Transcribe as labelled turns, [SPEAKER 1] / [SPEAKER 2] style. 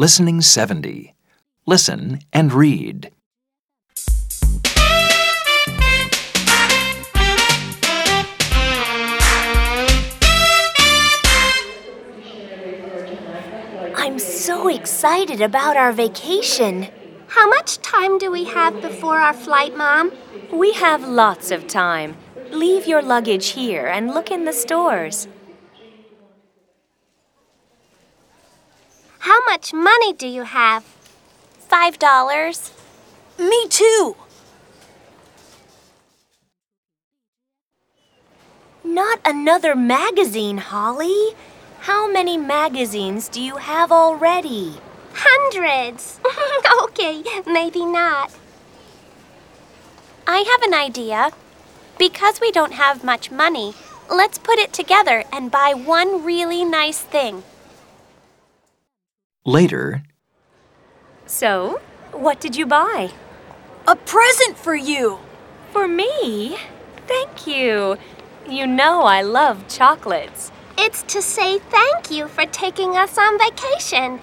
[SPEAKER 1] Listening 70. Listen and read.
[SPEAKER 2] I'm so excited about our vacation.
[SPEAKER 3] How much time do we have before our flight, Mom?
[SPEAKER 2] We have lots of time. Leave your luggage here and look in the stores.
[SPEAKER 3] How much money do you have?
[SPEAKER 4] Five dollars.
[SPEAKER 2] Me too. Not another magazine, Holly. How many magazines do you have already?
[SPEAKER 3] Hundreds. okay, maybe not.
[SPEAKER 4] I have an idea. Because we don't have much money, let's put it together and buy one really nice thing.
[SPEAKER 1] Later,
[SPEAKER 2] So, what did you buy?
[SPEAKER 5] A present for you!
[SPEAKER 2] For me? Thank you. You know I love chocolates.
[SPEAKER 3] It's to say thank you for taking us on vacation.